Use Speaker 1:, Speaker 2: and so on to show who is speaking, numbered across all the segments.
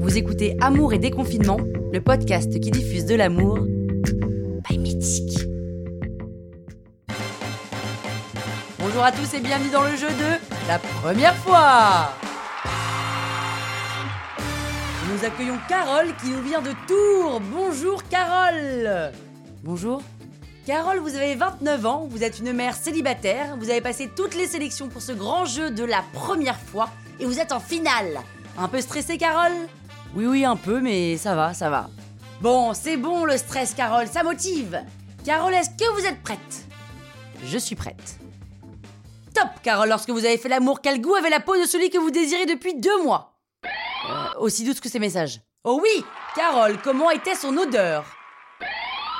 Speaker 1: Vous écoutez Amour et déconfinement, le podcast qui diffuse de l'amour. By Mythique. Bonjour à tous et bienvenue dans le jeu de la première fois. Nous accueillons Carole qui nous vient de Tours. Bonjour Carole. Bonjour. Carole, vous avez 29 ans, vous êtes une mère célibataire, vous avez passé toutes les sélections pour ce grand jeu de la première fois et vous êtes en finale. Un peu stressée, Carole Oui, oui, un peu, mais ça va, ça va. Bon, c'est bon le stress, Carole, ça motive. Carole, est-ce que vous êtes prête Je suis prête. Top, Carole, lorsque vous avez fait l'amour, quel goût avait la peau de celui que vous désirez depuis deux mois Euh, Aussi douce que ses messages. Oh oui Carole, comment était son odeur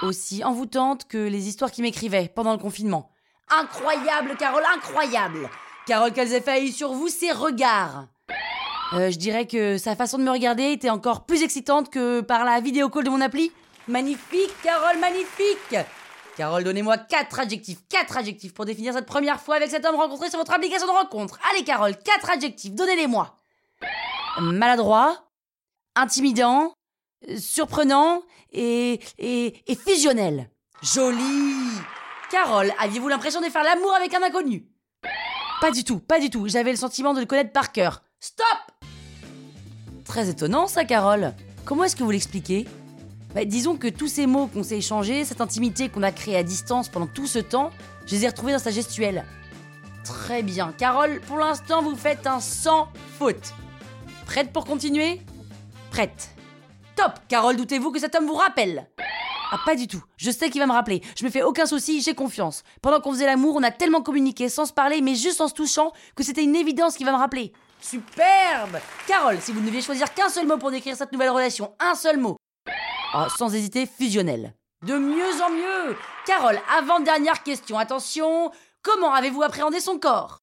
Speaker 1: aussi envoûtante que les histoires qu'il m'écrivait pendant le confinement. Incroyable, Carole, incroyable Carole, quels effets a eu sur vous ses regards Euh, Je dirais que sa façon de me regarder était encore plus excitante que par la vidéo call de mon appli. Magnifique, Carole, magnifique Carole, donnez-moi quatre adjectifs, quatre adjectifs pour définir cette première fois avec cet homme rencontré sur votre application de rencontre. Allez, Carole, quatre adjectifs, donnez-les-moi Maladroit, intimidant, surprenant et, et, et fusionnel. Joli Carole, aviez-vous l'impression de faire l'amour avec un inconnu Pas du tout, pas du tout. J'avais le sentiment de le connaître par cœur. Stop Très étonnant ça, Carole. Comment est-ce que vous l'expliquez Bah, Disons que tous ces mots qu'on s'est échangés, cette intimité qu'on a créée à distance pendant tout ce temps, je les ai retrouvés dans sa gestuelle. Très bien. Carole, pour l'instant, vous faites un sans faute. Prête pour continuer Prête. Top Carole, doutez-vous que cet homme vous rappelle Ah, pas du tout. Je sais qu'il va me rappeler. Je me fais aucun souci, j'ai confiance. Pendant qu'on faisait l'amour, on a tellement communiqué sans se parler, mais juste en se touchant, que c'était une évidence qu'il va me rappeler. Superbe Carole, si vous ne deviez choisir qu'un seul mot pour décrire cette nouvelle relation, un seul mot Ah, Sans hésiter, fusionnel. De mieux en mieux Carole, avant-dernière question, attention Comment avez-vous appréhendé son corps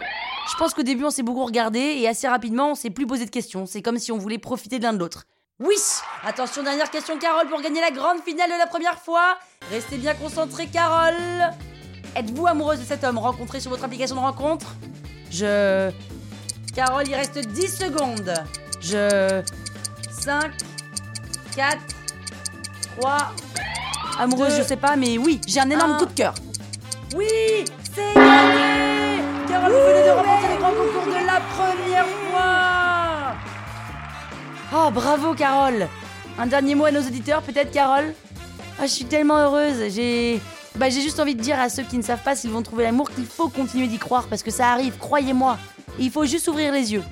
Speaker 1: Je pense qu'au début, on s'est beaucoup regardé, et assez rapidement, on s'est plus posé de questions. C'est comme si on voulait profiter de l'un de l'autre. Oui Attention, dernière question, Carole, pour gagner la grande finale de la première fois. Restez bien concentrée, Carole. Êtes-vous amoureuse de cet homme rencontré sur votre application de rencontre Je... Carole, il reste 10 secondes. Je... 5, 4, 3... Amoureuse,
Speaker 2: deux,
Speaker 1: je sais pas, mais oui, j'ai un énorme
Speaker 2: un.
Speaker 1: coup de cœur. Oui C'est gagné Carole, vous
Speaker 2: Ouh,
Speaker 1: venez de remporter
Speaker 2: mais
Speaker 1: le grand
Speaker 2: oui,
Speaker 1: concours de
Speaker 2: c'est
Speaker 1: la première fois Oh, bravo, Carole Un dernier mot à nos auditeurs, peut-être, Carole Ah, je suis tellement heureuse. J'ai. Bah, j'ai juste envie de dire à ceux qui ne savent pas s'ils vont trouver l'amour qu'il faut continuer d'y croire parce que ça arrive, croyez-moi. Et Il faut juste ouvrir les yeux.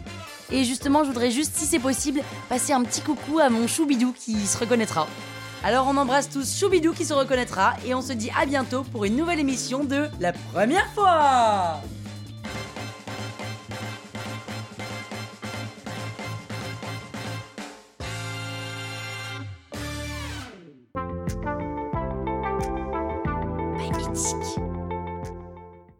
Speaker 1: Et justement, je voudrais juste, si c'est possible, passer un petit coucou à mon Choubidou qui se reconnaîtra. Alors on embrasse tous Choubidou qui se reconnaîtra et on se dit à bientôt pour une nouvelle émission de La Première Fois Mythique